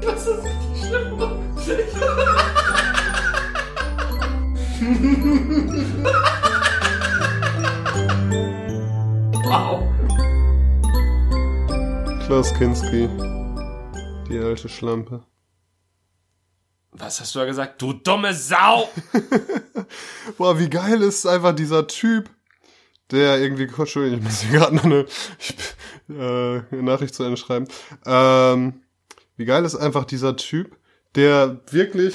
Das ist richtig schlimm. wow. Klaus Kinski. Die alte Schlampe. Was hast du da gesagt? Du dumme Sau! Boah, wie geil ist einfach dieser Typ, der irgendwie, oh, Entschuldigung, ich muss hier gerade noch eine, ich, äh, eine Nachricht zu Ende schreiben. Ähm, wie geil ist einfach dieser Typ, der wirklich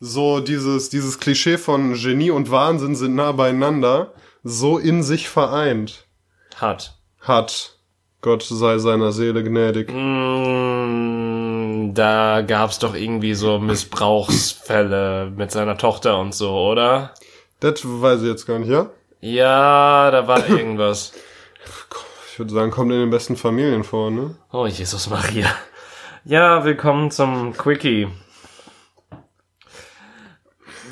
so dieses, dieses Klischee von Genie und Wahnsinn sind nah beieinander, so in sich vereint Hart. hat. Gott sei seiner Seele gnädig. Mhm. Mm, Da gab's doch irgendwie so Missbrauchsfälle mit seiner Tochter und so, oder? Das weiß ich jetzt gar nicht, ja? Ja, da war irgendwas. Ich würde sagen, kommt in den besten Familien vor, ne? Oh, Jesus Maria. Ja, willkommen zum Quickie.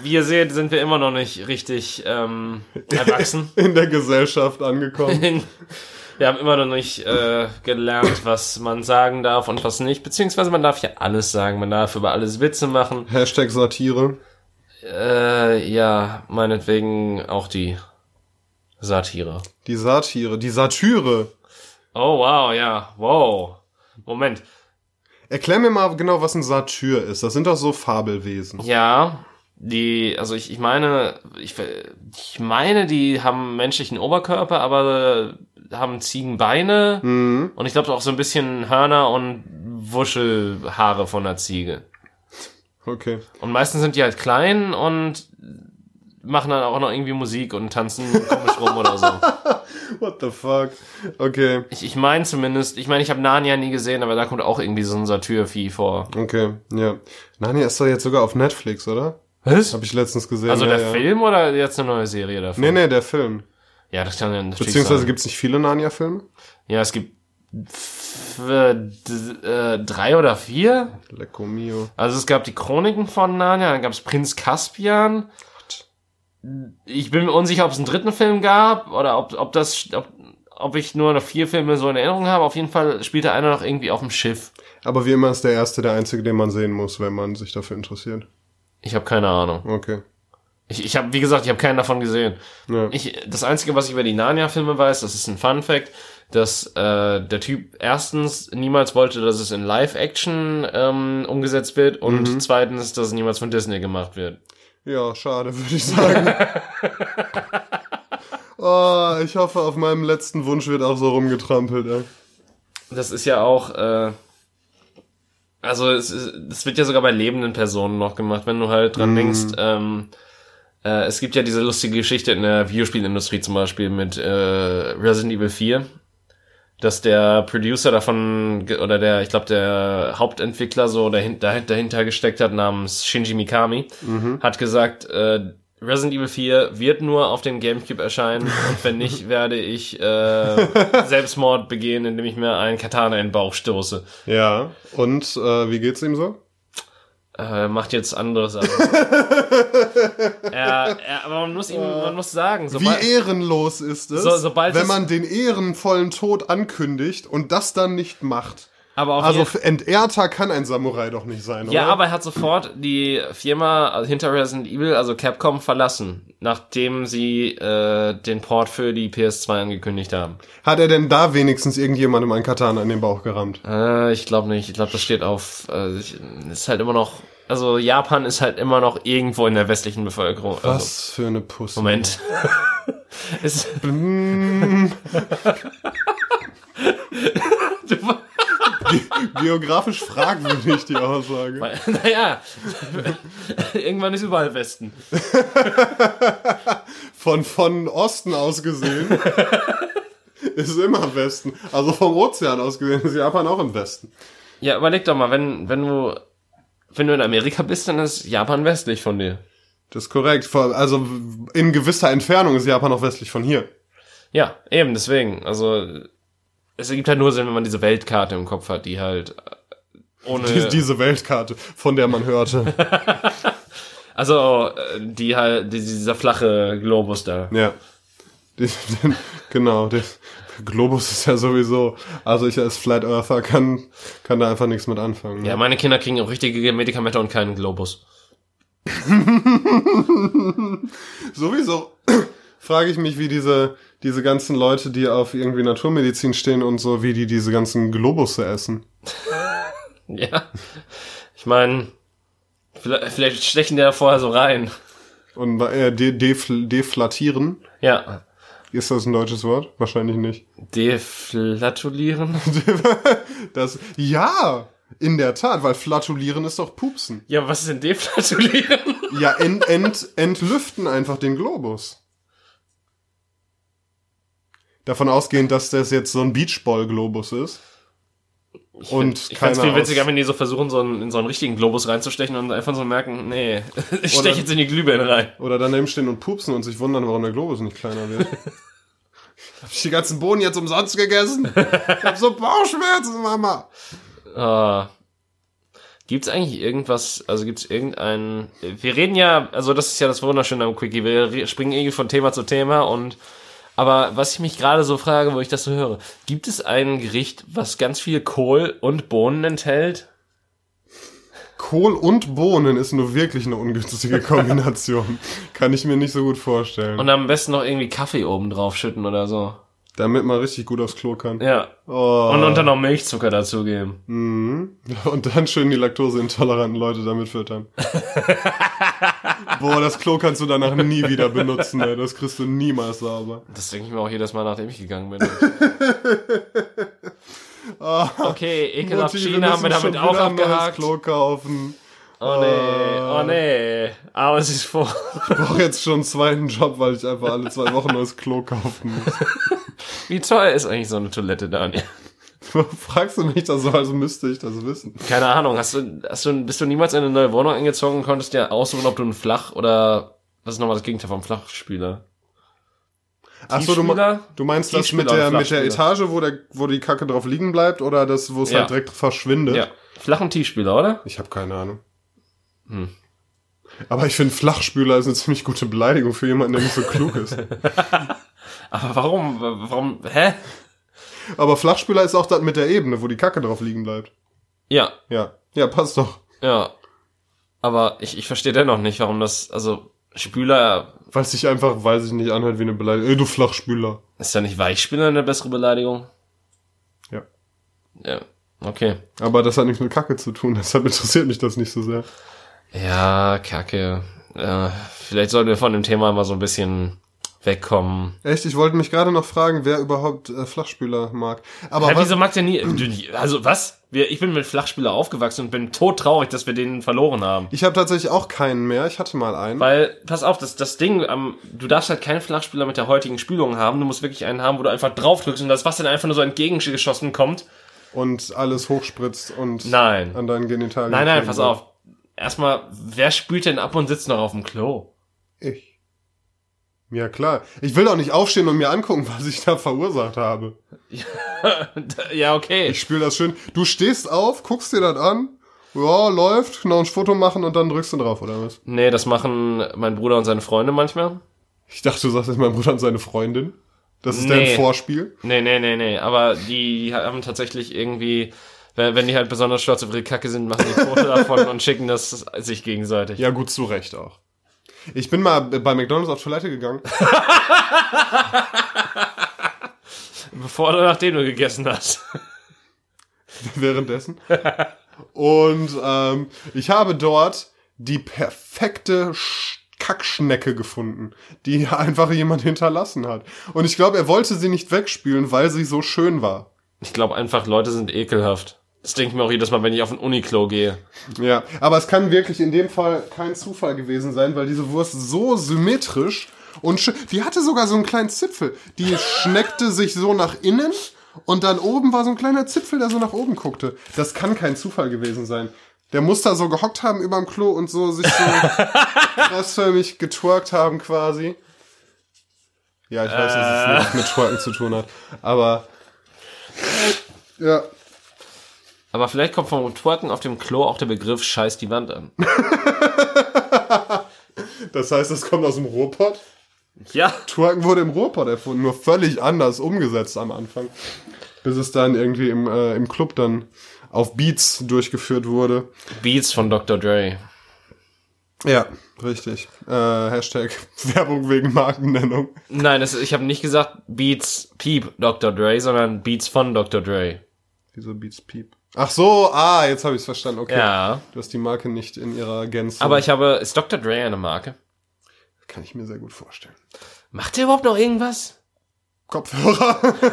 Wie ihr seht, sind wir immer noch nicht richtig ähm, erwachsen. In der Gesellschaft angekommen. wir haben immer noch nicht äh, gelernt, was man sagen darf und was nicht. Beziehungsweise man darf ja alles sagen. Man darf über alles Witze machen. Hashtag Satire. Äh, ja, meinetwegen auch die Satire. Die Satire, die Satire. Oh, wow, ja, wow. Moment. Erklär mir mal genau, was ein Satyr ist. Das sind doch so Fabelwesen. Ja, die, also ich, ich meine, ich, ich meine, die haben menschlichen Oberkörper, aber äh, haben Ziegenbeine Mhm. und ich glaube auch so ein bisschen Hörner und Wuschelhaare von der Ziege. Okay. Und meistens sind die halt klein und machen dann auch noch irgendwie Musik und tanzen komisch rum oder so. What the fuck? Okay, Ich, ich meine zumindest, ich meine, ich habe Narnia nie gesehen, aber da kommt auch irgendwie so ein Satyrvieh vor. okay, ja. Narnia ist doch jetzt sogar auf Netflix, oder? Was? Hab ich letztens gesehen. Also ja, der ja. Film oder jetzt eine neue Serie davon? Nee, nee, der Film. Ja, das kann ja natürlich Beziehungsweise sein. gibt's nicht viele Narnia-Filme? Ja, es gibt f- äh, d- äh, drei oder vier. Lecco mio. Also es gab die Chroniken von Narnia, dann gab es Prinz Caspian. Ich bin mir unsicher, ob es einen dritten Film gab oder ob, ob das ob, ob ich nur noch vier Filme so in Erinnerung habe. Auf jeden Fall spielte einer noch irgendwie auf dem Schiff. Aber wie immer ist der erste der einzige, den man sehen muss, wenn man sich dafür interessiert. Ich habe keine Ahnung. Okay. Ich, ich habe, wie gesagt, ich habe keinen davon gesehen. Ja. Ich, das Einzige, was ich über die Narnia-Filme weiß, das ist ein Fun-Fact, dass äh, der Typ erstens niemals wollte, dass es in Live-Action ähm, umgesetzt wird und zweitens, dass es niemals von Disney gemacht wird. Ja, schade, würde ich sagen. oh, ich hoffe, auf meinem letzten Wunsch wird auch so rumgetrampelt, ey. Das ist ja auch, äh, also es, ist- es wird ja sogar bei lebenden Personen noch gemacht, wenn du halt dran denkst, ähm, äh, es gibt ja diese lustige Geschichte in der Videospielindustrie zum Beispiel mit äh, Resident Evil 4, dass der Producer davon, ge- oder der, ich glaube, der Hauptentwickler so dahin, dahin, dahinter gesteckt hat, namens Shinji Mikami, Mhm. hat gesagt, äh, Resident Evil 4 wird nur auf dem Gamecube erscheinen und wenn nicht, werde ich äh, Selbstmord begehen, indem ich mir einen Katana in den Bauch stoße. Ja, und äh, wie geht's ihm so? Äh, macht jetzt andere Sachen. ja, ja, aber man muss ihm, man muss sagen, Wie sobald, ehrenlos ist es, So- sobald wenn es- man den ehrenvollen Tod ankündigt und das dann nicht macht. aber auch Also hier- f- entehrter kann ein Samurai doch nicht sein, Ja, oder? aber er hat sofort die Firma hinter Resident Evil, also Capcom, verlassen, nachdem sie äh, den Port für die PS2 angekündigt haben. Hat er denn da wenigstens irgendjemandem einen Katana in den Bauch gerammt? Äh, ich glaube nicht. Ich glaube, das steht auf. Äh, ich- ist halt immer noch. Also Japan ist halt immer noch irgendwo in der westlichen Bevölkerung. Also, Was für eine Pussy. Moment. ist, Geografisch fragwürdig die Aussage. naja, irgendwann ist überall Westen. Von, von Osten aus gesehen ist immer Westen. Also vom Ozean aus gesehen ist Japan auch im Westen. Ja, überleg doch mal, wenn wenn du wenn du in Amerika bist, dann ist Japan westlich von dir. Das ist korrekt. Vor- Also in gewisser Entfernung ist Japan auch westlich von hier. Ja, eben, deswegen. Also, es ergibt halt nur Sinn, wenn man diese Weltkarte im Kopf hat, die halt äh, ohne. Dies, diese Weltkarte, von der man hörte. also, äh, die halt, die, dieser flache Globus da. ja. Die- den- genau. Den, Globus ist ja sowieso, also ich als Flat Earther kann, kann da einfach nichts mit anfangen. Ja, Ne? meine Kinder kriegen auch richtige Medikamente und keinen Globus. Sowieso frage ich mich, wie diese, diese ganzen Leute, die auf irgendwie Naturmedizin stehen und so, wie die diese ganzen Globusse essen. Ja. Ich meine, vielleicht, vielleicht stechen die da vorher so rein. Und äh, de defl deflatieren. Ja. Ist das ein deutsches Wort? Wahrscheinlich nicht. Deflatulieren? Das, ja, in der Tat, weil flatulieren ist doch pupsen. Ja, was ist denn deflatulieren? Ja, ent, ent, entlüften einfach den Globus. Davon ausgehend, dass das jetzt so ein Beachball-Globus ist. Und Ich find's keiner viel aus- witziger, wenn die so versuchen, so einen, in so einen richtigen Globus reinzustechen und einfach so merken, nee, ich Oder- steche jetzt in die Glühbirne rein. Oder daneben stehen und pupsen und sich wundern, warum der Globus nicht kleiner wird. Hab ich die ganzen Bohnen jetzt umsonst gegessen? Ich hab so Bauchschmerzen, Mama. Ah. Gibt's eigentlich irgendwas, also gibt's irgendeinen, wir reden ja, also das ist ja das Wunderschöne am Quickie, wir re- springen irgendwie von Thema zu Thema und, aber was ich mich gerade so frage, wo ich das so höre, gibt es ein Gericht, was ganz viel Kohl und Bohnen enthält? Kohl und Bohnen ist nur wirklich eine ungünstige Kombination. Kann ich mir nicht so gut vorstellen. Und am besten noch irgendwie Kaffee oben drauf schütten oder so. Damit man richtig gut aufs Klo kann. Ja. Oh. Und, und dann noch Milchzucker dazugeben. Mhm. Und dann schön die laktoseintoleranten Leute damit füttern. Boah, das Klo kannst du danach nie wieder benutzen, ey. Das kriegst du niemals sauber. Das denke ich mir auch jedes Mal, nachdem ich gegangen bin. okay, ekelhaft Mutti, wir Genau, China haben wir müssen damit schon auch wieder ein neues abgehakt. Klo kaufen. Oh nee, oh nee. Aber es ist vor. Ich brauche jetzt schon einen zweiten Job, weil ich einfach alle zwei Wochen neues Klo kaufen muss. Wie teuer ist eigentlich so eine Toilette, Daniel? Fragst du mich das so, also müsste ich das wissen. Keine Ahnung, hast du, hast du, bist du niemals in eine neue Wohnung eingezogen und konntest dir aussuchen, ob du ein Flach oder was ist nochmal das Gegenteil vom Flachspieler? Ach so, du, Tiefspüler? me- du meinst das Tiefspüler mit der, und mit der Flachspüler. Etage, wo, der, wo die Kacke drauf liegen bleibt oder das, wo es Ja. halt direkt verschwindet? Ja. Flach- und Tiefspieler, oder? Ich habe keine Ahnung. Hm. Aber ich finde, Flachspüler ist eine ziemlich gute Beleidigung für jemanden, der nicht so klug ist. Aber warum, warum, hä? Aber Flachspüler ist auch das mit der Ebene, wo die Kacke drauf liegen bleibt. Ja, Ja, ja, passt doch. ja. Aber ich, ich verstehe dennoch nicht, warum das, also, Spüler, Weil es sich einfach, weiß ich nicht, anhört wie eine Beleidigung. Ey, du Flachspüler. ist ja nicht Weichspüler eine bessere Beleidigung? Ja. Ja, okay. Aber das hat nichts mit Kacke zu tun, deshalb interessiert mich das nicht so sehr. Ja, kacke. Äh, vielleicht sollten wir von dem Thema mal so ein bisschen wegkommen. Echt, ich wollte mich gerade noch fragen, wer überhaupt äh, Flachspüler mag. Aber Hä, was, wieso mag der nie? Also was? Wir, ich bin mit Flachspieler aufgewachsen und bin todtraurig, dass wir den verloren haben. ich habe tatsächlich auch keinen mehr. Ich hatte mal einen. Weil, pass auf, das, das Ding, am, du darfst halt keinen Flachspieler mit der heutigen Spülung haben. Du musst wirklich einen haben, wo du einfach drauf drückst und das Wasser dann einfach nur so entgegengeschossen kommt. Und alles hochspritzt und Nein. an deinen Genitalien. Nein, nein, kleben pass bleibt. auf. Erstmal, wer spült denn ab und sitzt noch auf dem Klo? Ich. Ja, klar. Ich will doch nicht aufstehen und mir angucken, was ich da verursacht habe. ja, okay. Ich spiele das schön. Du stehst auf, guckst dir das an. Ja, läuft, genau ein Foto machen und dann drückst du drauf, oder was? Nee, das machen mein Bruder und seine Freunde manchmal. Ich dachte, du sagst jetzt mein Bruder und seine Freundin. Das ist Nee. dein Vorspiel. Nee, nee, nee, nee. Aber die haben tatsächlich irgendwie, wenn, wenn die halt besonders stolz auf ihre Kacke sind, machen die ein Foto davon und schicken das sich gegenseitig. Ja, gut, zu Recht auch. Ich bin mal bei McDonalds auf Toilette gegangen. Bevor oder nachdem du gegessen hast. währenddessen. Und ähm, ich habe dort die perfekte Sch Kackschnecke gefunden, die einfach jemand hinterlassen hat. Und ich glaube, er wollte sie nicht wegspülen, weil sie so schön war. Ich glaube einfach, Leute sind ekelhaft. Das denke ich mir auch jedes Mal, wenn ich auf ein Uniklo gehe. Ja, aber es kann wirklich in dem Fall kein Zufall gewesen sein, weil diese Wurst so symmetrisch und schön, die hatte sogar so einen kleinen Zipfel. Die schneckte sich so nach innen und dann oben war so ein kleiner Zipfel, der so nach oben guckte. Das kann kein Zufall gewesen sein. Der muss da so gehockt haben überm Klo und so sich so kreisförmig getwerkt haben quasi. Ja, ich weiß, dass es nichts mit Twerken zu tun hat, aber ja, Aber vielleicht kommt vom Twerken auf dem Klo auch der Begriff Scheiß die Wand an. das heißt, das kommt aus dem Ruhrpott. Ja. Twerken wurde im Ruhrpott erfunden, nur völlig anders umgesetzt am Anfang. Bis es dann irgendwie im, äh, im Club dann auf Beats durchgeführt wurde. Beats von Dr. Dre. Ja, richtig. Äh, Hashtag Werbung wegen Markennennung. Nein, das, ich habe nicht gesagt Beats Peep Dr. Dre, sondern Beats von Dr. Dre. Wieso Beats Peep? Ach so, ah, jetzt habe ich es verstanden. Okay. Ja. Du hast die Marke nicht in ihrer Gänze. Aber ich habe. Ist Dr. Dre eine Marke? kann ich mir sehr gut vorstellen. Macht der überhaupt noch irgendwas? Kopfhörer.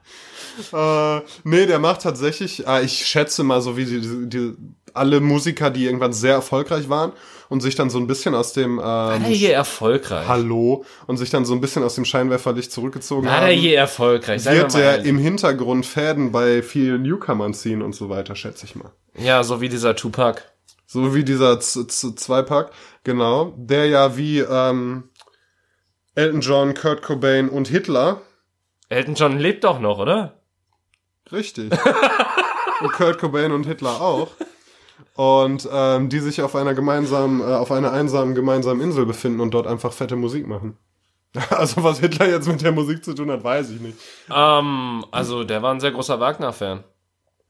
äh, nee, der macht tatsächlich, ah, ich schätze mal, so wie die, die, alle Musiker, die irgendwann sehr erfolgreich waren und sich dann so ein bisschen aus dem War ähm, der je erfolgreich? Hallo und sich dann so ein bisschen aus dem Scheinwerferlicht zurückgezogen War der haben, je erfolgreich? Seien wir wird mal der ehrlich. im Hintergrund Fäden bei vielen Newcomern ziehen und so weiter, schätze ich mal. ja, so wie dieser Tupac. So wie dieser Z Z Zweipack, genau, der ja wie ähm, Elton John, Kurt Cobain und Hitler, Elton John lebt doch noch, oder? richtig, und Kurt Cobain und Hitler auch, und ähm, die sich auf einer gemeinsamen, äh, auf einer einsamen gemeinsamen Insel befinden und dort einfach fette Musik machen. Also was Hitler jetzt mit der Musik zu tun hat, weiß ich nicht. Ähm, also der war ein sehr großer Wagner-Fan.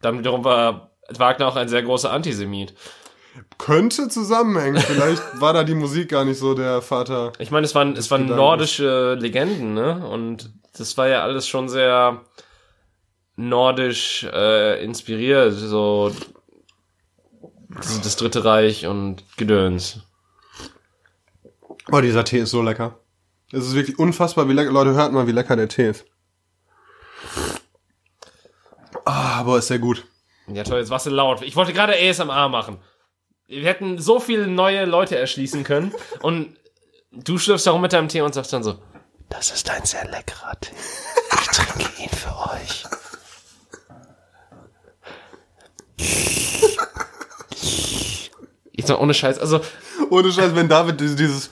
Dann wiederum war Wagner auch ein sehr großer Antisemit. Könnte zusammenhängen, vielleicht war da die Musik gar nicht so der Vater. Ich meine, es waren, es waren Gedanken. nordische Legenden, ne? Und das war ja alles schon sehr nordisch äh, inspiriert, so das, das Dritte Reich und Gedöns. Oh, dieser Tee ist so lecker. Es ist wirklich unfassbar, wie lecker. Leute, hört mal, wie lecker der Tee ist. Ah, aber ist sehr gut. Ja toll, jetzt warst du laut. Ich wollte gerade ASMR machen. Wir hätten so viele neue Leute erschließen können und du schlürfst auch mit deinem Tee und sagst dann so, das ist ein sehr leckerer Tee. Ich trinke ihn für euch. Jetzt mal ohne Scheiß. Also, Ohne Scheiß, wenn David dieses- dieses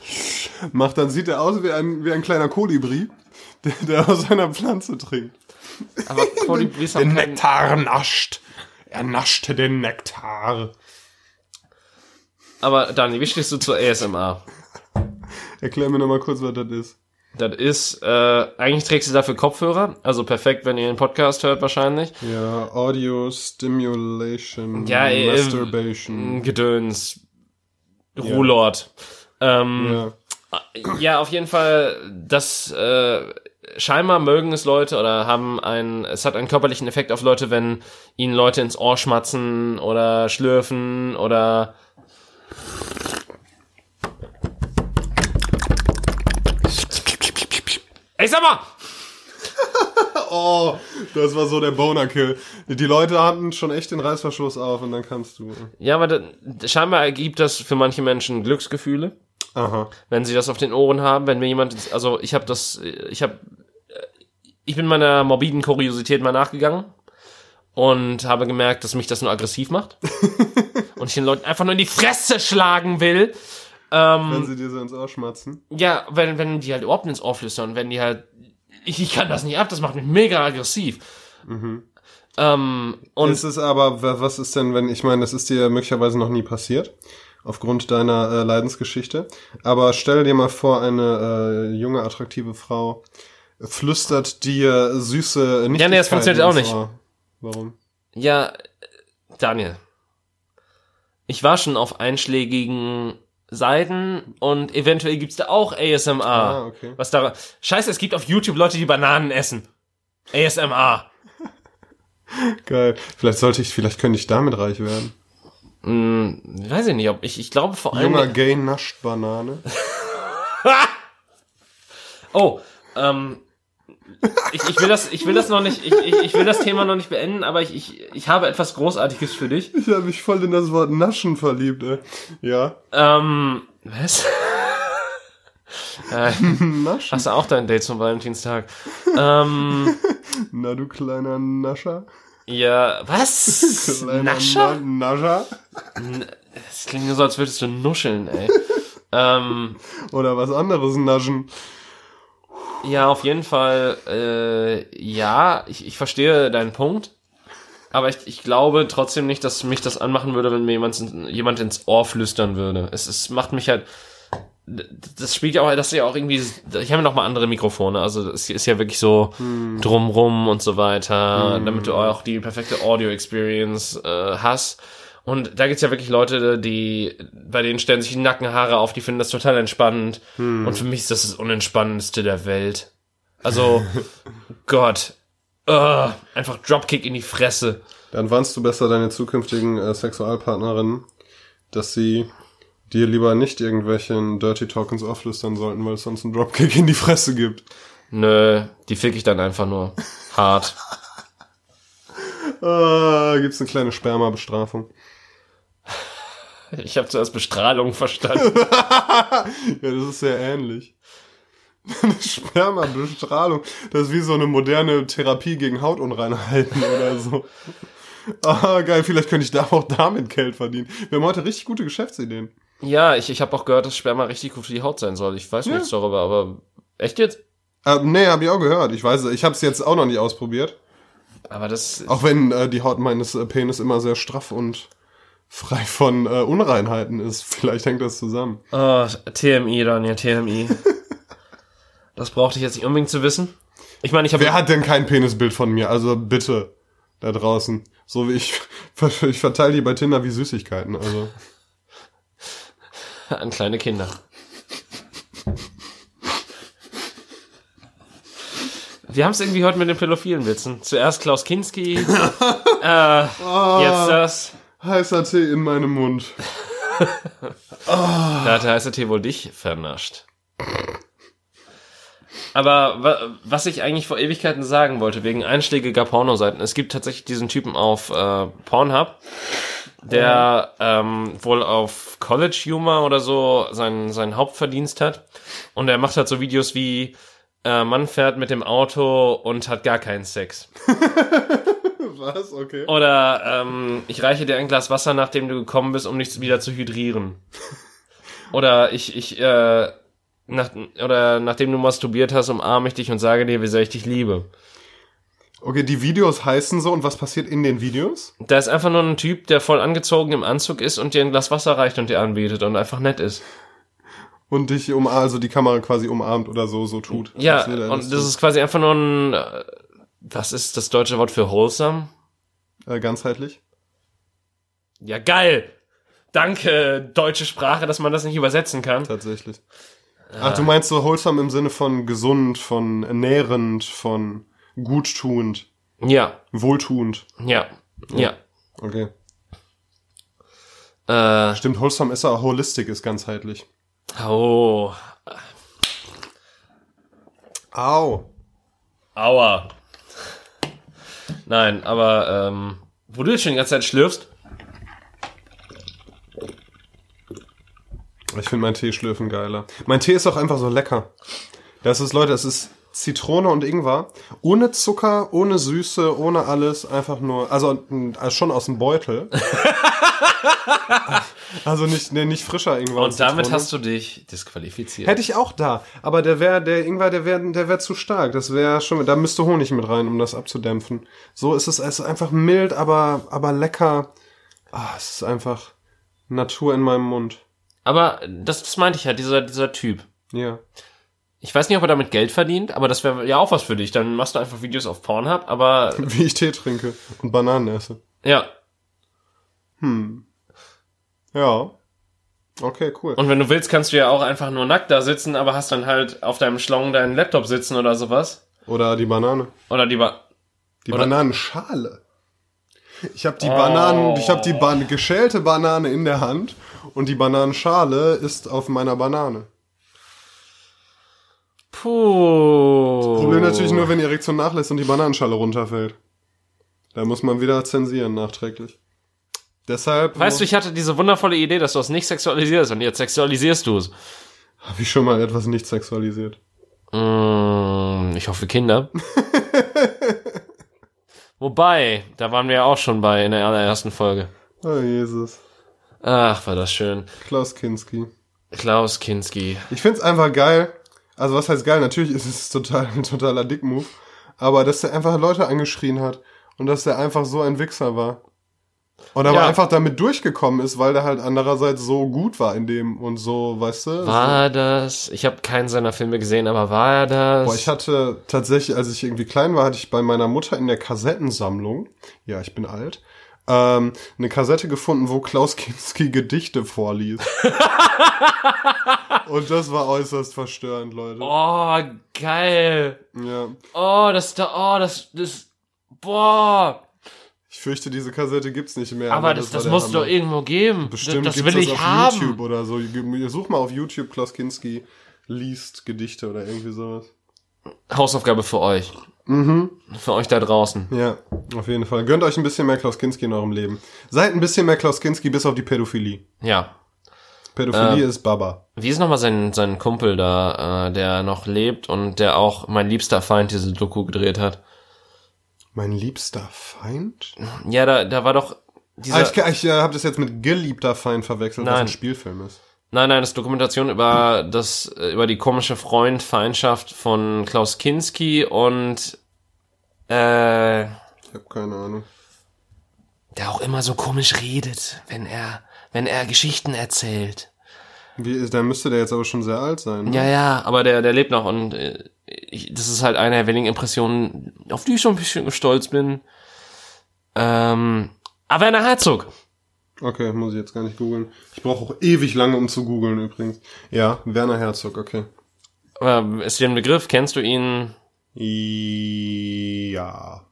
macht, dann sieht er aus wie ein, wie ein kleiner Kolibri, der, der aus einer Pflanze trinkt. aber Kolibris haben keinen, Nektar nascht. Er naschte den Nektar. Aber Dani, wie stehst du zu ASMR? Erklär mir nochmal kurz, was das ist. Das ist, äh, eigentlich trägst du dafür Kopfhörer, also perfekt, wenn ihr den Podcast hört wahrscheinlich. Ja, Audio Stimulation, Ja, äh, mm. Masturbation. Gedöns, Ruhlord. Ähm, ja. ja. auf jeden Fall, das äh, scheinbar mögen es Leute oder haben einen, es hat einen körperlichen Effekt auf Leute, wenn ihnen Leute ins Ohr schmatzen oder schlürfen oder Ey, sag mal! Oh, das war so der Boner-Kill. Die Leute hatten schon echt den Reißverschluss auf und dann kamst du. Ja, aber da, scheinbar ergibt das für manche Menschen Glücksgefühle. Aha. wenn sie das auf den Ohren haben, wenn mir jemand, ins- also ich habe das, ich habe, ich bin meiner morbiden Kuriosität mal nachgegangen und habe gemerkt, dass mich das nur aggressiv macht und ich den Leuten einfach nur in die Fresse schlagen will. Ähm, Wenn sie dir so ins Ohr schmatzen. Ja, wenn, wenn die halt überhaupt ins Ohr flüstern, wenn die halt, ich, ich kann das nicht ab, das macht mich mega aggressiv. Ähm, und Es ist aber, wa- was ist denn, wenn, ich meine, das ist dir möglicherweise noch nie passiert, aufgrund deiner äh, Leidensgeschichte. Aber stell dir mal vor, eine äh, junge, attraktive Frau flüstert dir süße äh, nicht Ja, nee, das funktioniert auch nicht. Warum? Ja, Daniel. Ich war schon auf einschlägigen Seiten und eventuell gibt's da auch ASMR. Ah, okay. Was da Scheiße, es gibt auf YouTube Leute, die Bananen essen. ASMR. Geil. Vielleicht sollte ich, vielleicht könnte ich damit reich werden. Hm, weiß ich nicht, ob ich ich glaube vor allem Junger Gay nascht Banane. Oh, ähm ich, ich will das ich will das noch nicht ich, ich, ich will das Thema noch nicht beenden, aber ich, ich, ich habe etwas großartiges für dich. Ich habe mich voll in das Wort Naschen verliebt, ey. Ja. Ähm was? äh, Naschen. hast du auch dein Date zum Valentinstag? ähm Na du kleiner Nascher. Ja, was? Kleiner Nascher? Na Nascher. Das klingt so, als würdest du nuscheln, ey. ähm, Oder was anderes naschen. ja, auf jeden Fall, äh, ja, ich, ich verstehe deinen Punkt. Aber ich, ich glaube trotzdem nicht, dass mich das anmachen würde, wenn mir jemand, ins- jemand ins Ohr flüstern würde. Es, es macht mich halt das spielt ja auch, das ist ja auch irgendwie, ich habe noch mal andere Mikrofone, also es ist ja wirklich so drumrum und so weiter, damit du auch die perfekte Audio-Experience äh, hast. Und da gibt's ja wirklich Leute, die, bei denen stellen sich die Nackenhaare auf, die finden das total entspannend. Und für mich ist das das Unentspannendste der Welt. Also, Gott. Ugh, einfach Dropkick in die Fresse. Dann warnst du besser deine zukünftigen äh, Sexualpartnerinnen, dass sie dir lieber nicht irgendwelchen Dirty Talkings auflüstern sollten, weil es sonst einen Dropkick in die Fresse gibt. Nö, die fick ich dann einfach nur. Hart. Ah, gibt's eine kleine Sperma-Bestrafung. Ich habe zuerst Bestrahlung verstanden. Ja, das ist sehr ähnlich. Eine Sperma-Bestrahlung, das ist wie so eine moderne Therapie gegen Hautunreinheiten oder so. Ah, geil, vielleicht könnte ich da auch damit Geld verdienen. Wir haben heute richtig gute Geschäftsideen. ja, ich, ich habe auch gehört, dass Sperma richtig gut für die Haut sein soll. Ich weiß nichts darüber, aber echt jetzt? Äh, nee, habe ich auch gehört. Ich weiß, es, ich habe es jetzt auch noch nicht ausprobiert. Aber das Auch wenn äh, die Haut meines äh, Penis immer sehr straff und frei von äh, Unreinheiten ist. Vielleicht hängt das zusammen. Oh, TMI, Daniel, TMI. das brauchte ich jetzt nicht unbedingt zu wissen. Ich meine, ich habe Wer hat denn kein Penisbild von mir? Also bitte, da draußen. So wie ich, ich verteile die bei Tinder wie Süßigkeiten. Also an kleine Kinder. Wir haben es irgendwie heute mit den pädophilen Witzen. Zuerst Klaus Kinski, äh, jetzt das. heißer Tee in meinem Mund. Da hat der heiße Tee wohl dich vernascht. Aber wa was ich eigentlich vor Ewigkeiten sagen wollte, wegen einschlägiger Pornoseiten, es gibt tatsächlich diesen Typen auf äh, Pornhub, der ähm, wohl auf College Humor oder so seinen, seinen Hauptverdienst hat. Und er macht halt so Videos wie, äh, Mann fährt mit dem Auto und hat gar keinen Sex. Was? Okay. Oder ähm, ich reiche dir ein Glas Wasser, nachdem du gekommen bist, um dich wieder zu hydrieren. Oder ich, ich, äh, nach, oder nachdem du masturbiert hast, umarme ich dich und sage dir, wie sehr ich dich liebe. Okay, die Videos heißen so und was passiert in den Videos? Da ist einfach nur ein Typ, der voll angezogen im Anzug ist und dir ein Glas Wasser reicht und dir anbietet und einfach nett ist. Und dich um also die Kamera quasi umarmt oder so so tut. Ja, Was will er und das ist quasi einfach nur ein, äh, was ist das deutsche Wort für wholesome? äh, ganzheitlich. Ja, geil! Danke, deutsche Sprache, dass man das nicht übersetzen kann. Tatsächlich. Äh. Ach, du meinst so wholesome im Sinne von gesund, von ernährend, von guttuend, Ja, wohltuend. ja, ja. Okay. ja. Äh, Stimmt, wholesome ist ja holistic, ist ganzheitlich. Oh, Au. aua. Nein, aber ähm, wo du jetzt schon die ganze Zeit schlürfst, Ich finde meinen Tee schlürfen geiler. Mein Tee ist auch einfach so lecker. Das ist, Leute, es ist Zitrone und Ingwer. Ohne Zucker, ohne Süße, ohne alles. Einfach nur, also, mm, also schon aus dem Beutel. also nicht, nee, nicht frischer Ingwer. und damit Zitrone. hast du dich disqualifiziert. Hätte ich auch da. Aber der wäre, der Ingwer, der wäre, der wäre zu stark. Das wäre schon, da müsste Honig mit rein, um das abzudämpfen. So ist es, es ist einfach mild, aber, aber lecker. Ah, es ist einfach Natur in meinem Mund. Aber das, das meinte ich ja, dieser, dieser Typ. Ja. Ich weiß nicht, ob er damit Geld verdient, aber das wäre ja auch was für dich. Dann machst du einfach Videos auf Pornhub, aber Wie ich Tee trinke und Bananen esse. ja. Ja. Okay, cool. Und wenn du willst, kannst du ja auch einfach nur nackt da sitzen, aber hast dann halt auf deinem Schlong deinen Laptop sitzen oder sowas. Oder die Banane. Oder lieber. Die Oder- Oh. Bananenschale. Ich habe die Bananen, ich habe die Ban geschälte Banane in der Hand und die Bananenschale ist auf meiner Banane. Puh. Problem natürlich nur, wenn die Erektion nachlässt und die Bananenschale runterfällt. Da muss man wieder zensieren nachträglich. Deshalb Weißt du, ich hatte diese wundervolle Idee, dass du es nicht sexualisierst und jetzt sexualisierst du es. habe ich schon mal etwas nicht sexualisiert. Mm, ich hoffe Kinder. Wobei, da waren wir ja auch schon bei in der allerersten Folge. Oh Jesus, Ach, war das schön. Klaus Kinski. Klaus Kinski. Ich find's einfach geil. Also was heißt geil? Natürlich ist es total ein totaler Dickmove, aber dass er einfach Leute angeschrien hat und dass er einfach so ein Wichser war. Und aber Ja. einfach damit durchgekommen ist, weil der halt andererseits so gut war in dem und so, weißt du? War das? Ich habe keinen seiner Filme gesehen, aber war das? Boah, ich hatte tatsächlich, als ich irgendwie klein war, hatte ich bei meiner Mutter in der Kassettensammlung, ja, ich bin alt, ähm, eine Kassette gefunden, wo Klaus Kinski Gedichte vorliest. Und das war äußerst verstörend, Leute. oh, geil. Ja. Oh, das da, oh, das, das, boah. Ich fürchte, diese Kassette gibt's nicht mehr. Aber das, war das der muss Hammer. doch irgendwo geben. Bestimmt das, das gibt's will ich auf haben. YouTube oder so. Such mal auf YouTube Klaus Kinski liest Gedichte oder irgendwie sowas. Hausaufgabe für euch. Mhm. Für euch da draußen. Ja, auf jeden Fall. Gönnt euch ein bisschen mehr Klaus Kinski in eurem Leben. Seid ein bisschen mehr Klaus Kinski bis auf die Pädophilie. Ja. Pädophilie Ähm. ist Baba. Wie ist nochmal sein, sein Kumpel da, äh, der noch lebt und der auch mein liebster Feind diese Doku gedreht hat? Mein liebster Feind? Ja, da, da war doch Ah, dieser. ich ich äh, habe das jetzt mit geliebter Feind verwechselt, was Nein. ein Spielfilm ist. nein, nein, das ist Dokumentation über das, äh, über die komische Freund-Feindschaft von Klaus Kinski und äh, Ich habe keine Ahnung. der auch immer so komisch redet, wenn er, wenn er Geschichten erzählt. Wie, ist- dann müsste der jetzt aber schon sehr alt sein. ne? Ja, ja, aber der, der lebt noch und äh, ich, das ist halt eine der wenigen Impressionen, auf die ich schon ein bisschen stolz bin. Ähm, aber Werner Herzog. Okay, muss ich jetzt gar nicht googeln. Ich brauche auch ewig lange, um zu googeln übrigens. Ja, Werner Herzog, okay. Äh, ist dir ein Begriff? Kennst du ihn? Ja.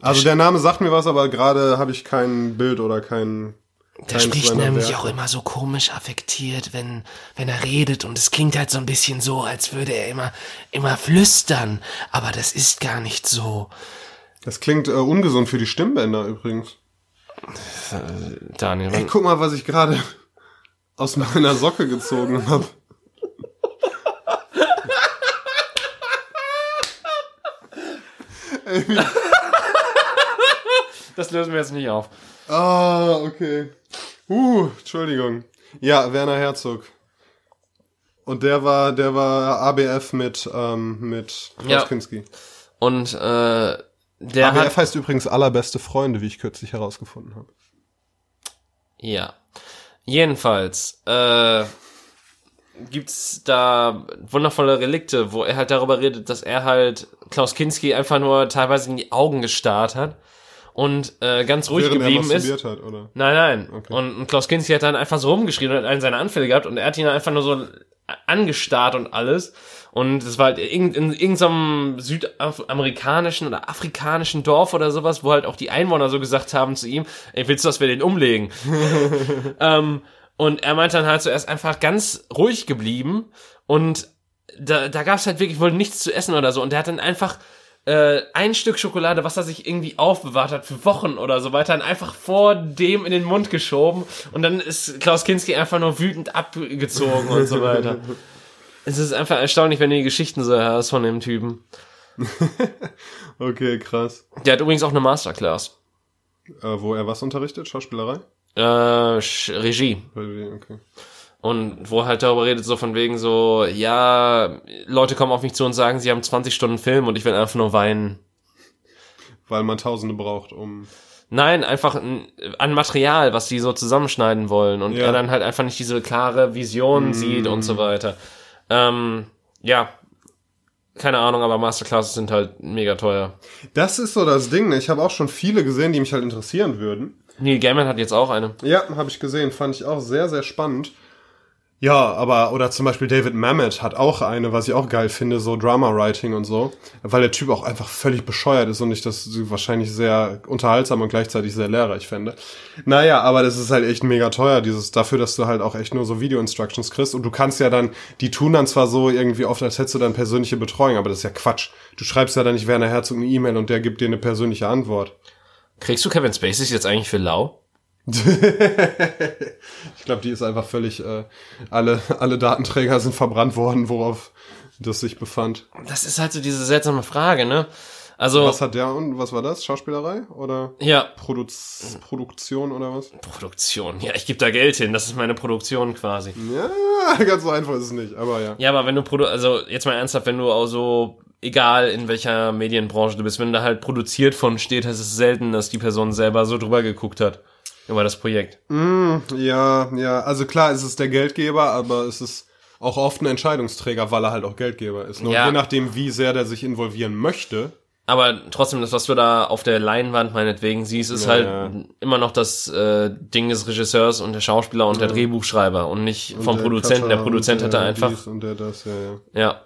Also der Name sagt mir was, aber gerade habe ich kein Bild oder kein... Der keins spricht seiner nämlich Werke. auch immer so komisch affektiert, wenn, wenn er redet und es klingt halt so ein bisschen so, als würde er immer, immer flüstern, aber das ist gar nicht so. Das klingt äh, ungesund für die Stimmbänder übrigens. Daniel, Ey, guck mal, was ich gerade aus meiner Socke gezogen habe. das lösen wir jetzt nicht auf. Ah, okay. Uh, Entschuldigung. Ja, Werner Herzog. Und der war, der war ABF mit, ähm, mit Klaus Ja. Kinski. Und äh, der hat ABF heißt übrigens allerbeste Freunde, wie ich kürzlich herausgefunden habe. Ja. Jedenfalls, äh, gibt's da wundervolle Relikte, wo er halt darüber redet, dass er halt Klaus Kinski einfach nur teilweise in die Augen gestarrt hat und äh, ganz ruhig Während er geblieben ist. masturbiert hat, oder? Nein, nein. Okay. Und, und Klaus Kinski hat dann einfach so rumgeschrien und hat einen seiner Anfälle gehabt und er hat ihn einfach nur so angestarrt und alles. Und es war halt irgend- in irgendeinem südamerikanischen oder afrikanischen Dorf oder sowas, wo halt auch die Einwohner so gesagt haben zu ihm, ey, willst du, dass wir den umlegen? ähm, und er meinte dann halt zuerst einfach ganz ruhig geblieben und da, da gab es halt wirklich wohl nichts zu essen oder so. Und der hat dann einfach äh, ein Stück Schokolade, was er sich irgendwie aufbewahrt hat für Wochen oder so weiter, dann einfach vor dem in den Mund geschoben und dann ist Klaus Kinski einfach nur wütend abgezogen und so weiter. Es ist einfach erstaunlich, wenn du die Geschichten so hörst von dem Typen. Okay, krass. Der hat übrigens auch eine Masterclass. Äh, wo er was unterrichtet? Schauspielerei? Äh, Sch- Regie. Okay. Und wo er halt darüber redet, so von wegen so, ja, Leute kommen auf mich zu und sagen, sie haben 20 Stunden Film und ich will einfach nur weinen. Weil man Tausende braucht, um... Nein, einfach n- an Material, was die so zusammenschneiden wollen und Ja. Mhm. er dann halt einfach nicht diese klare Vision sieht und so weiter. Ähm, ja, keine Ahnung, aber Masterclasses sind halt mega teuer. Das ist so das Ding, ne? Ich habe auch schon viele gesehen, die mich halt interessieren würden. Neil Gaiman hat jetzt auch eine. Ja, habe ich gesehen. Fand ich auch sehr, sehr spannend. Ja, aber, oder zum Beispiel David Mamet hat auch eine, was ich auch geil finde, so Drama-Writing und so. Weil der Typ auch einfach völlig bescheuert ist und ich das wahrscheinlich sehr unterhaltsam und gleichzeitig sehr lehrreich fände. Naja, aber das ist halt echt mega teuer, dieses, dafür, dass du halt auch echt nur so Video-Instructions kriegst. Und du kannst ja dann, die tun dann zwar so irgendwie oft, als hättest du dann persönliche Betreuung, aber das ist ja Quatsch. Du schreibst ja dann nicht Werner Herzog eine E-Mail und der gibt dir eine persönliche Antwort. Kriegst du Kevin Spacey jetzt eigentlich für lau? Ich glaube, die ist einfach völlig, äh, alle, alle Datenträger sind verbrannt worden, worauf das sich befand. Das ist halt so diese seltsame Frage, ne? Also, Was hat der und was war das? Schauspielerei oder ja, Produz Produktion oder was? Produktion. Ja, ich gebe da Geld hin, das ist meine Produktion quasi. Ja, ganz so einfach ist es nicht, aber ja. Ja, aber wenn du Produ also jetzt mal ernsthaft, wenn du auch so egal in welcher Medienbranche du bist, wenn da halt produziert von steht, ist es selten, dass die Person selber so drüber geguckt hat über das Projekt. Mm, ja, ja. Also klar, es ist der Geldgeber, aber es ist auch oft ein Entscheidungsträger, weil er halt auch Geldgeber ist. Nur Ja. je nachdem, wie sehr der sich involvieren möchte. Aber trotzdem, das, was du da auf der Leinwand meinetwegen siehst, ist Ja, halt ja. immer noch das äh, Ding des Regisseurs und der Schauspieler und der Drehbuchschreiber und nicht und vom Produzenten. Der Cutter Produzent und hatte der einfach, dies Und der das, ja, ja. ja,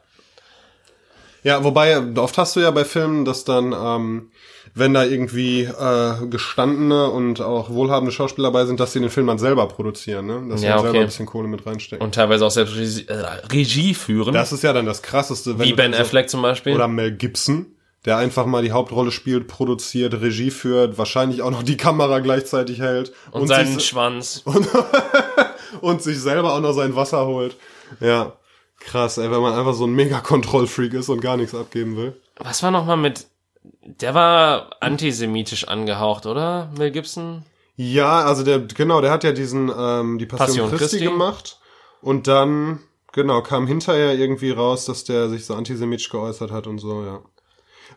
Ja, wobei, oft hast du ja bei Filmen, dass dann, ähm, wenn da irgendwie äh, gestandene und auch wohlhabende Schauspieler dabei sind, dass sie den Film dann selber produzieren, ne? Dass sie Ja, dann selber okay. ein bisschen Kohle mit reinstecken. und teilweise auch selbst Regie, äh, Regie führen, das ist ja dann das Krasseste, wenn wie du Ben diese- Affleck zum Beispiel. Oder Mel Gibson, der einfach mal die Hauptrolle spielt, produziert, Regie führt, wahrscheinlich auch noch die Kamera gleichzeitig hält und seinen sich, Schwanz. und sich selber auch noch sein Wasser holt. Ja, krass, ey, wenn man einfach so ein Mega-Kontrollfreak ist und gar nichts abgeben will. Was war nochmal mit, der war antisemitisch angehaucht, oder? Mel Gibson? Ja, also der, genau, der hat ja diesen, ähm, die Passion, Passion Christi, Christi. gemacht und dann, genau, kam hinterher irgendwie raus, dass der sich so antisemitisch geäußert hat und so, ja.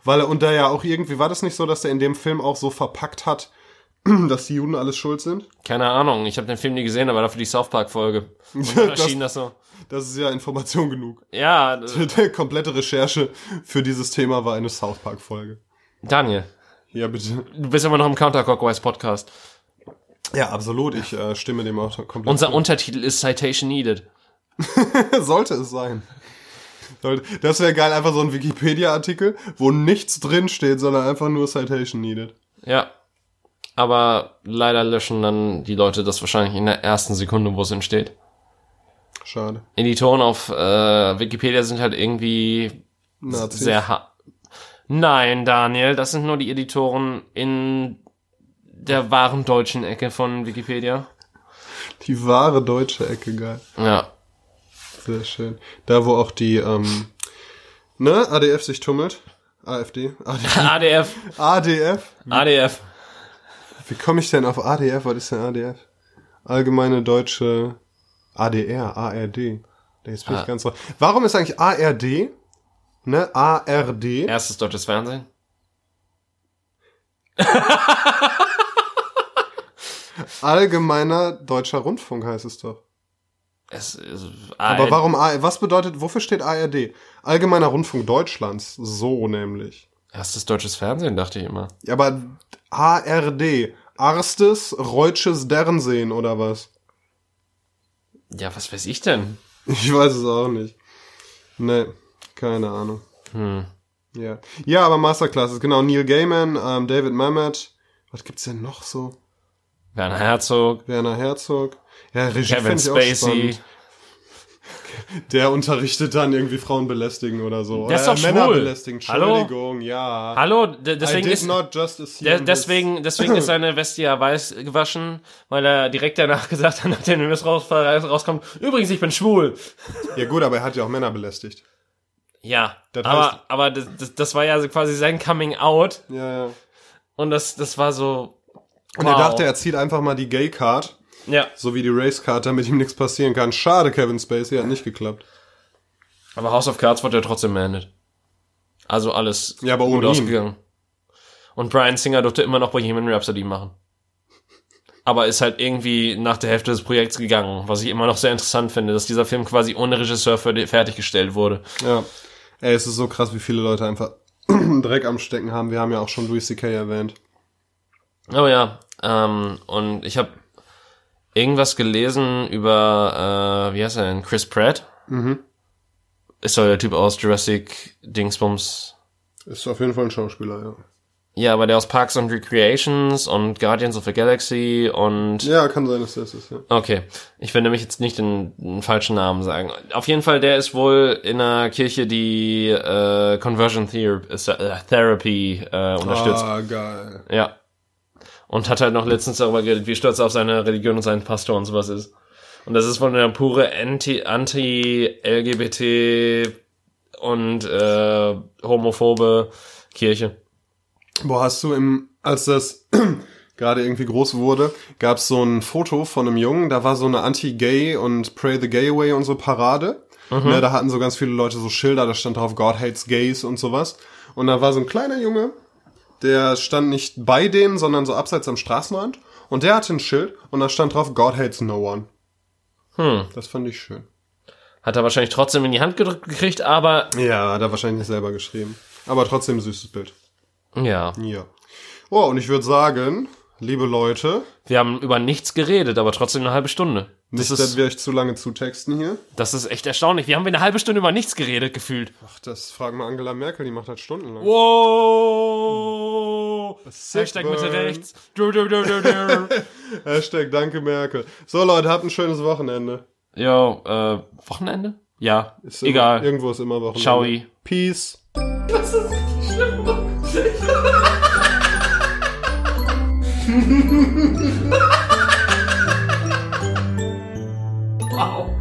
Weil er, und der ja auch irgendwie, war das nicht so, dass der in dem Film auch so verpackt hat, dass die Juden alles schuld sind? Keine Ahnung, ich habe den Film nie gesehen, aber dafür die South Park Folge. Und dann Das- erschien das so. Das ist ja Information genug. Ja, äh, Die komplette Recherche für dieses Thema war eine South Park-Folge. Daniel, Ja, bitte. du bist immer noch im Counter Clockwise Podcast. Ja, absolut. Ich äh, stimme dem auch komplett. Unser Untertitel ist Citation Needed. Sollte es sein. Sollte- Das wäre geil, einfach so ein Wikipedia-Artikel, wo nichts drin steht, sondern einfach nur Citation needed. Ja. Aber leider löschen dann die Leute das wahrscheinlich in der ersten Sekunde, wo es entsteht. Schade. Editoren auf äh, Wikipedia sind halt irgendwie Nazis. sehr ha Nein, Daniel, das sind nur die Editoren in der wahren deutschen Ecke von Wikipedia. Die wahre deutsche Ecke, geil. Ja. Sehr schön. Da, wo auch die, ähm, ne, ADF sich tummelt. AfD. ADF. ADF, ADF. ADF. Wie komme ich denn auf ADF? Was ist denn ADF? Allgemeine deutsche ADR, ARD. Jetzt bin Ah. ich ganz raus. Warum ist eigentlich ARD? Ne? ARD. Erstes deutsches Fernsehen. Allgemeiner deutscher Rundfunk heißt es doch. Es, es, Aber warum A was bedeutet, wofür steht ARD? Allgemeiner Rundfunk Deutschlands, so nämlich. Erstes deutsches Fernsehen, dachte ich immer. Ja, aber ARD, Arstes Reutsches Dernsehen oder was? Ja, was weiß ich denn? Ich weiß es auch nicht. Nee, keine Ahnung. Hm. Ja, ja aber Masterclasses, genau. Neil Gaiman, ähm, David Mamet. Was gibt's denn noch so? Werner Herzog, Werner Herzog. Ja, Regie fänd Kevin ich auch Spacey. spannend. Der unterrichtet dann irgendwie Frauen belästigen oder so. Der ist oder doch Männer schwul. belästigen. Hallo? Entschuldigung, ja. Hallo, de- deswegen I did ist, not just assume de- this. deswegen, deswegen ist seine Weste ja weiß gewaschen, weil er direkt danach gesagt hat, nachdem der Mist raus, äh, rauskommt, übrigens, ich bin schwul. Ja gut, aber er hat ja auch Männer belästigt. Ja, Das heißt- aber, aber das, das, das war ja so quasi sein Coming Out Ja, ja. Und und das, das war so, er Wow. dachte, er zieht einfach mal die Gay Card, ja. so wie die Race Card, damit ihm nichts passieren kann. Schade, Kevin Spacey hat nicht geklappt. Aber House of Cards wurde ja trotzdem beendet. Also alles Ja, aber gut ohne ihn. ausgegangen. Und Brian Singer durfte immer noch Bohemian Rhapsody machen. Aber ist halt irgendwie nach der Hälfte des Projekts gegangen, was ich immer noch sehr interessant finde, dass dieser Film quasi ohne Regisseur fer- fertiggestellt wurde. Ja. Ey, es ist so krass, wie viele Leute einfach Dreck am Stecken haben. Wir haben ja auch schon Louis C.K. erwähnt. Oh ja, ähm, und ich habe irgendwas gelesen über, äh, wie heißt er denn, Chris Pratt? Mhm. Ist doch der Typ aus Jurassic Dingsbums Ist auf jeden Fall ein Schauspieler, ja. Ja, aber der aus Parks and Recreations und Guardians of the Galaxy und... Ja, kann sein, dass das ist, ja. Okay, ich will nämlich jetzt nicht den, den falschen Namen sagen. Auf jeden Fall, der ist wohl in einer Kirche, die äh, Conversion Ther äh, Therapy äh, unterstützt. Ah, geil. Ja. Und hat halt noch letztens darüber geredet, wie stolz er auf seine Religion und seinen Pastor und sowas ist. Und das ist wohl eine pure Anti- Anti-LGBT und äh, homophobe Kirche. Boah, hast du im, als das gerade irgendwie groß wurde, gab's so ein Foto von einem Jungen, da war so eine Anti-Gay und Pray the Gay Away und so Parade. Ne, da hatten so ganz viele Leute so Schilder, da stand drauf God hates gays und sowas. Und da war so ein kleiner Junge, der stand nicht bei denen, sondern so abseits am Straßenrand. Und der hatte ein Schild und da stand drauf God hates no one. Hm. Das fand ich schön. Hat er wahrscheinlich trotzdem in die Hand gedrückt gekriegt, aber Ja, hat er wahrscheinlich nicht selber geschrieben. Aber trotzdem ein süßes Bild. ja. Ja. Oh, und ich würde sagen, liebe Leute, Wir haben über nichts geredet, aber trotzdem eine halbe Stunde. Das nicht, ist, dass wir euch zu lange zutexten hier. das ist echt erstaunlich. Wir haben eine halbe Stunde über nichts geredet, gefühlt. Ach, das fragen wir Angela Merkel, die macht das stundenlang. Oh. Wow! Hashtag Mitte Burn. rechts. Du, du, du, du, du. Hashtag danke Merkel. So Leute, habt ein schönes Wochenende. Jo, äh, Wochenende? Ja, Ist Immer, egal. irgendwo ist immer Wochenende. Ciao. Peace. Wow.